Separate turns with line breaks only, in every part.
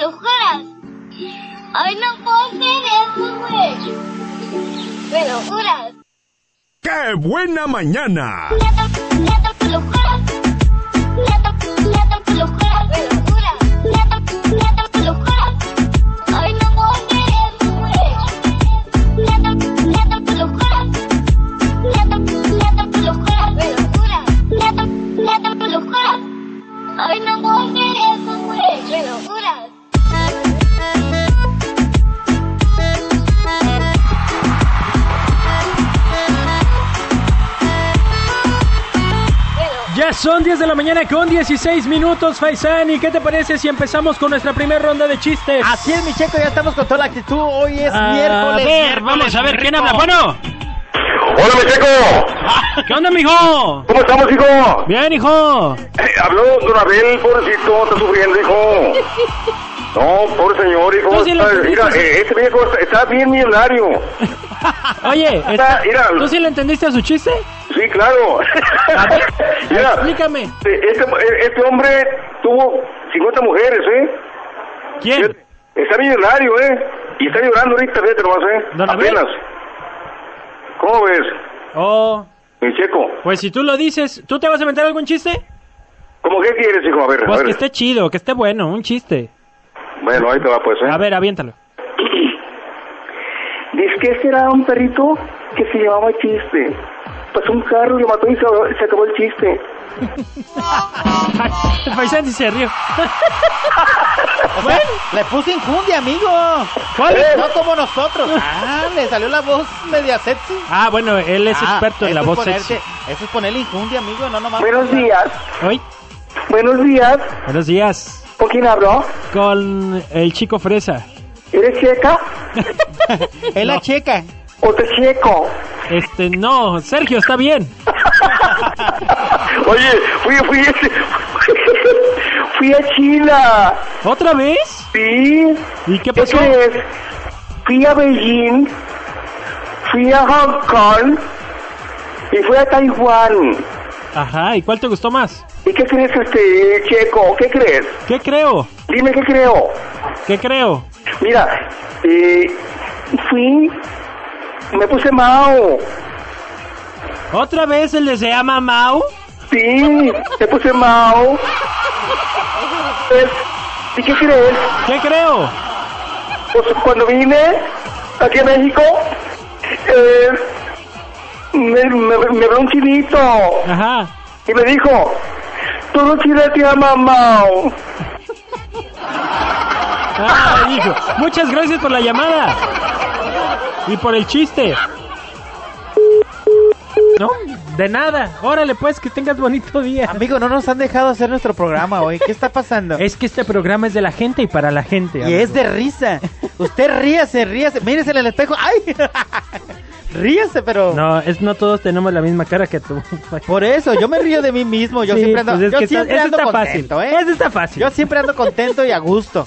locuras. Hoy no puedo hacer eso, güey. ¡Qué locuras!
¡Qué buena mañana!
¡Lata, lata, qué locuras! ¡Lata, lata, qué locuras! ¡Qué locuras! ¡Lata, lata, qué locuras! Hoy no puedo hacer eso, güey. ¡Lata, lata, qué locuras! ¡Lata, lata, qué locuras! ¡Qué locuras! ¡Lata, lata, qué locuras! Hoy no puedo hacer eso, güey. ¡Qué locuras!
Ya son 10 de la mañana con 16 minutos, Faisán. ¿Y qué te parece si empezamos con nuestra primera ronda de chistes?
Así es, mi checo, ya estamos con toda la actitud. Hoy es
A
Ah, miércoles.
ver, vamos a ver quién habla. Bueno,
Hola, Mecheco.
¿qué onda, mijo?
¿Cómo estamos, hijo?
Bien, hijo.
Eh, habló Don Abel, pobrecito, está sufriendo, hijo. No, pobre señor, hijo.
Tú sí lo pues.
está- mira,
entendiste.
eh, este viejo está, está bien millonario.
Oye,
Está- mira,
¿tú sí le entendiste a su chiste?
sí, claro. mira,
Explícame.
eh, este, eh, este hombre tuvo 50 mujeres, ¿eh?
¿Quién?
Está millonario, ¿eh? Y está llorando ahorita, fíjate nomás, ¿eh?
Don Abel.
Apenas. ¿Cómo ves,
Oh,
mi Checo?
pues si tú lo dices, ¿tú te vas a inventar algún chiste?
¿Cómo qué quieres, hijo? A ver,
Pues
a
que
ver.
esté chido, que esté bueno, un chiste.
Bueno, ahí te va, pues, ¿eh?
A ver, aviéntalo.
Dice que este era un perrito que se llamaba Chiste. Pasó un carro, lo mató y se, se acabó el chiste.
Faisán sí se rió.
O sea, le puse injundia, amigo. Eh,
¿Cuál?
No como nosotros. Ah, le salió la voz media sexy.
Ah, bueno, él es
Ah,
experto en
eso
la
es
voz
ponerte-
sexy.
Eso es ponerle injundia, amigo. No nomás.
Buenos días,
Hoy,
buenos días.
buenos días.
¿Con quién hablo?
Con el chico fresa.
¿Eres checa
Es la checa.
o te checo?
Este, no, Sergio, está bien.
Oye, fui, fui, fui a China.
¿Otra vez?
Sí,
¿Y qué
¿qué
pasó?
crees? Fui a Beijing, fui a Hong Kong y fui a Taiwán.
Ajá, ¿y cuál te gustó más?
¿Y qué crees, este checo? ¿Qué crees?
¿Qué creo?
Dime qué creo.
¿Qué creo?
Mira, eh, fui, me puse Mao.
¿Otra vez el de se llama Mau?
Sí, me puse Mao. Es- ¿Y qué crees?
¿Qué creo?
Pues cuando vine aquí a México, eh, me, me, me habló un chinito
Ajá.
y me dijo, todo Chile te llama Mao.
Ah, hijo. Muchas gracias por la llamada. Y por el chiste. No, de nada. Órale, pues, que tengas bonito día.
Amigo, no nos han dejado hacer nuestro programa hoy. ¿Qué está pasando?
Es que este programa es de la gente y para la gente.
Y
amigo.
es de risa. Usted ríase, ríase. Mírese en el espejo. ¡Ay! ríase, pero.
No, es no todos tenemos la misma cara que tú.
Por eso, yo me río de mí mismo. Yo
Sí,
siempre ando,
pues es
yo
que está-
siempre
eso
ando
está
contento,
fácil.
¿eh?
Eso está fácil.
Yo siempre ando contento y a gusto.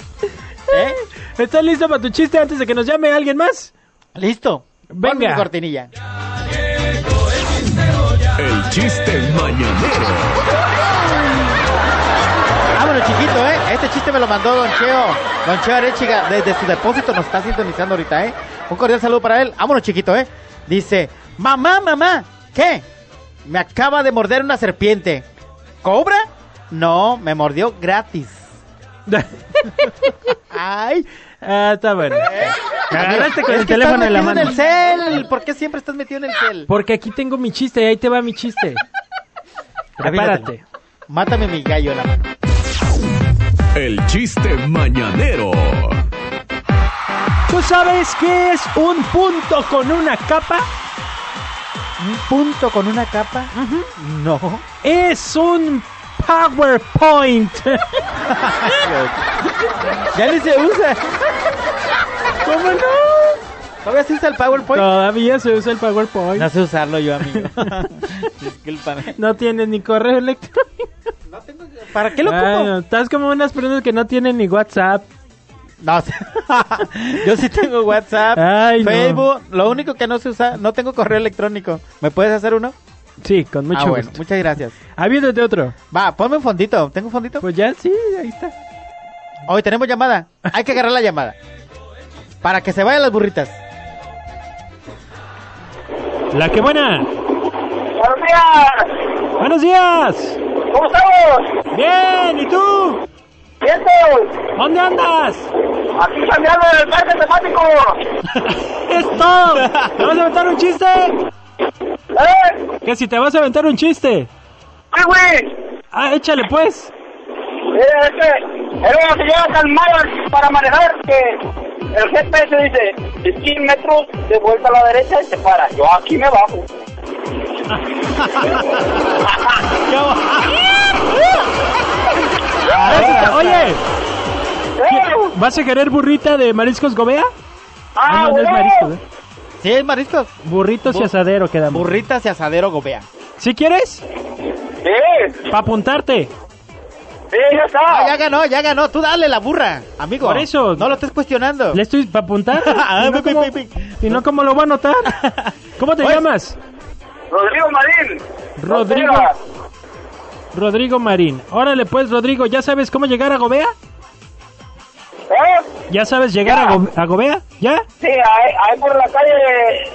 ¿Eh?
¿Estás listo para tu chiste antes de que nos llame alguien más?
Listo.
Venga.
Ponme mi cortinilla.
El chiste mañanero.
Vámonos, chiquito, ¿eh? Este chiste me lo mandó Don Cheo. Don Cheo Arechiga, desde su depósito nos está sintonizando ahorita, ¿eh? Un cordial saludo para él. Vámonos, chiquito, ¿eh? Dice, mamá, mamá, ¿qué? Me acaba de morder una serpiente. ¿Cobra? No, me mordió gratis. Ay,
ah, está bueno. Me agarraste con
Eh, Es
el
que
teléfono
estás
en la
metido
mano.
el cel. ¿Por qué siempre estás metido en el cel?
Porque aquí tengo mi chiste y ahí te va mi chiste. Prepárate.
Avíntatelo. Mátame mi gallo en la mano.
El chiste mañanero.
¿Tú sabes qué es un punto con una capa?
¿Un punto con una capa? No.
Es un PowerPoint.
Ya ni se usa.
¿Cómo no?
¿Todavía se usa el PowerPoint?
Todavía se usa el PowerPoint.
No sé usarlo yo, amigo. Discúlpame.
No tienes ni correo electrónico.
¿Para qué lo
Ay, no,
ocupo?
estás como unas personas que no tienen ni WhatsApp.
No, sé. yo sí tengo WhatsApp,
Ay, no.
Facebook. Lo único que no se usa, no tengo correo electrónico. ¿Me puedes hacer uno?
Sí, con mucho
ah, bueno,
gusto.
muchas gracias.
Aviéntate otro.
Va, ponme un fondito. ¿Tengo un fondito?
Pues ya, sí, ahí está.
Hoy tenemos llamada. Hay que agarrar la llamada. Para que se vayan las burritas.
La que buena.
Buenos días.
Buenos días.
¿Cómo estamos?
Bien, ¿y tú?
Vientos.
¿Dónde andas?
Aquí cambiando en el parque temático.
¡Esto! ¿Te vas a aventar un chiste?
¿Eh?
Que si te vas a aventar un chiste.
Sí, güey.
Ah, échale pues.
Mira, Eh, es que era una señora tan mala para manejar que el GPS dice 100 metros de vuelta a la derecha y se para. Yo aquí me bajo.
Oye, Oye,
¡Eh!
¿vas a querer burrita de mariscos Gobea?
¡Ah,
no, no es mariscos.
güey!
¿eh?
¿Sí es mariscos?
Burritos y
Bu-
asadero quedamos.
Burritas y asadero gobea.
¿Si quieres?
Sí,
Para apuntarte.
sí, ya
Ah, ya
está.
ganó, ya ganó. Tú dale la burra, amigo.
Por eso.
No lo estés cuestionando.
Le estoy para apuntar.
Ah,
Si no,
pi, pi,
¿cómo-
pi, pi.
si no, ¿cómo lo va a notar? ¿Cómo te
Pues-
llamas?
Rodrigo Marín.
Rodrigo.
Ortega.
Rodrigo Marín. Órale pues, Rodrigo, ¿ya sabes cómo llegar a Gobea?
¿Eh?
¿Ya sabes llegar a, Go- a Gobea? ¿Ya?
Sí, ahí, ahí por la calle de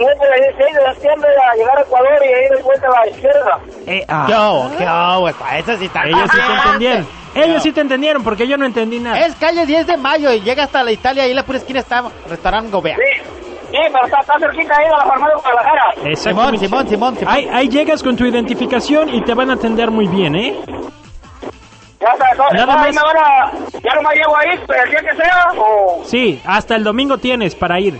9 de la 16 de la tienda a llegar a Ecuador y ahí de vuelta a la izquierda.
Eh, ah.
¿Qué hubo? ¿Qué hubo? Esa- Esa sí está.
Ellos sí te
Ah,
entendieron.
sí.
Ellos sí te entendieron porque yo no entendí nada.
Es calle 10 de mayo y llega hasta la Italia y en la pura esquina está restaurante Gobea.
Sí, sí, pero está, está cerquita ahí de la farmacia de Guadalajara.
Simón,
Exactamente.
Simón, Simón, Simón.
Ahí, ahí llegas con tu identificación y te van a atender muy bien, ¿eh?
Ya está, no,
Nada
no, ahí
más.
me van a- ya no me llevo ahí, pero el día que sea, o...
Sí, hasta el domingo tienes para ir.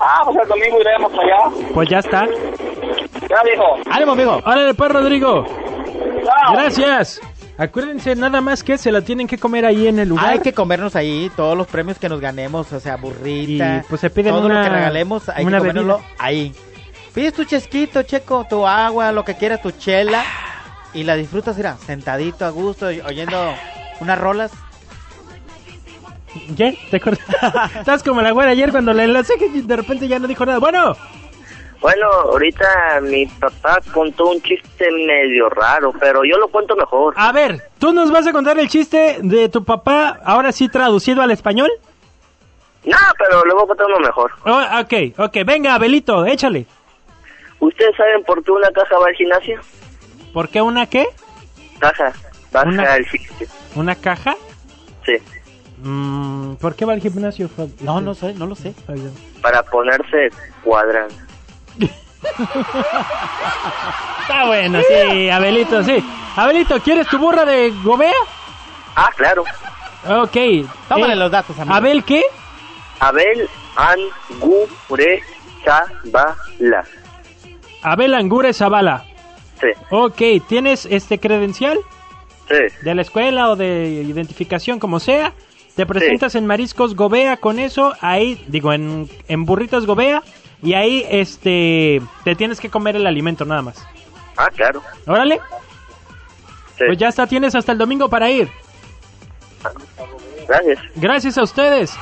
Ah, pues el domingo iremos para allá.
Pues ya está.
Ya dijo.
Ánimo, amigo.
Órale, pues, Rodrigo.
Chao.
Gracias. Acuérdense nada más que se la tienen que comer ahí en el lugar.
Hay que comernos ahí todos los premios que nos ganemos, o sea, burrita.
Y, pues, se piden
todo lo
una-
que regalemos, hay
una
que comérnoslo
bebida.
ahí. Pides tu chesquito, checo, tu agua, lo que quieras, tu chela. Y la disfrutas, mira, sentadito, a gusto, oy- oyendo unas rolas.
¿Qué? ¿Te acuerdas? Estás como la güera ayer cuando la enlacé que de repente ya no dijo nada. Bueno,
Bueno, ahorita mi papá contó un chiste medio raro, pero yo lo cuento mejor.
a ver, ¿tú nos vas a contar el chiste de tu papá ahora sí traducido al español?
No, pero luego contamos mejor.
Oh, ok, ok. Venga, Abelito, échale.
¿Ustedes saben por qué una caja va al gimnasio?
¿Por qué una qué?
Caja, baja
Una-
al gimnasio.
¿Una caja?
Sí,
Mm, ¿Por qué va al gimnasio? Fab-
No,
este,
no sé, no lo sé.
Fabián?
para ponerse cuadran.
Está bueno, sí, Abelito, sí. Abelito, ¿quieres tu burra de Gobea?
Ah, claro.
Ok.
Tómale
Eh,
los datos, amigo.
¿Abel qué?
Abel Angure Chabala.
Abel Angure Zavala.
Sí,
Ok, ¿tienes este credencial
sí,
de la escuela o de identificación, como sea? Te presentas en Mariscos Gobea con eso, ahí, digo, en, en Burritas Gobea, y ahí, este, te tienes que comer el alimento nada más.
ah, claro.
Órale,
Sí,
pues ya está, tienes hasta el domingo para ir.
gracias.
Gracias a ustedes.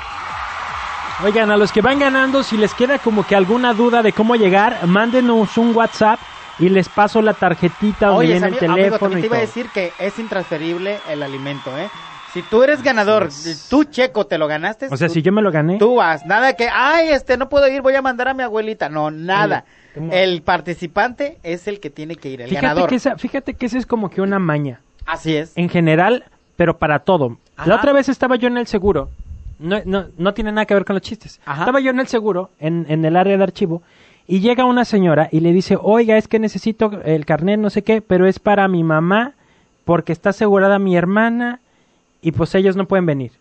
Oigan, a los que van ganando, si les queda como que alguna duda de cómo llegar, mándenos un WhatsApp y les paso la tarjetita donde
Oye,
viene el
amigo, amigo,
teléfono.
también
y
te iba a
todo.
decir que es intransferible el alimento, ¿eh? Si tú eres ganador, tú checo te lo ganaste.
O sea,
tú-
si yo me lo gané.
Tú vas, nada que, ay, este, no puedo ir, voy a mandar a mi abuelita. No, nada.
¿Cómo?
El participante es el que tiene que ir, el
fíjate,
ganador.
que esa, fíjate que esa es como que una maña.
Así es.
En general, pero para todo. La
Ajá.
otra vez estaba yo en el seguro. No, no, no tiene nada que ver con los chistes.
Ajá.
Estaba yo en el seguro, en, en el área de archivo, y llega una señora y le dice, oiga, es que necesito el carnet, no sé qué, pero es para mi mamá, porque está asegurada mi hermana, y pues ellos no pueden venir.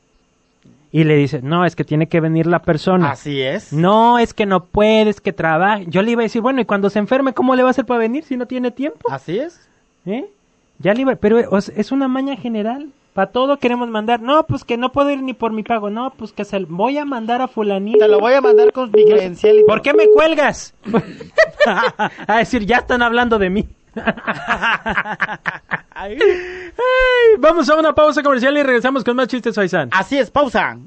Y le dice, no, es que tiene que venir la persona.
Así es.
No, es que no puedes, que trabaje. Yo le iba a decir, bueno, y cuando se enferme, ¿cómo le va a hacer para venir si no tiene tiempo?
Así es.
¿Eh? Ya libre, pero o sea, es una maña general. Para todo queremos mandar. No, pues que no puedo ir ni por mi pago. No, pues que se l- voy a mandar a fulanito.
Te lo voy a mandar con mi credencial y
¿Por qué me cuelgas? a decir, ya están hablando de mí. Ay, vamos a una pausa comercial y regresamos con más chistes, Faisán.
Así es, pausa.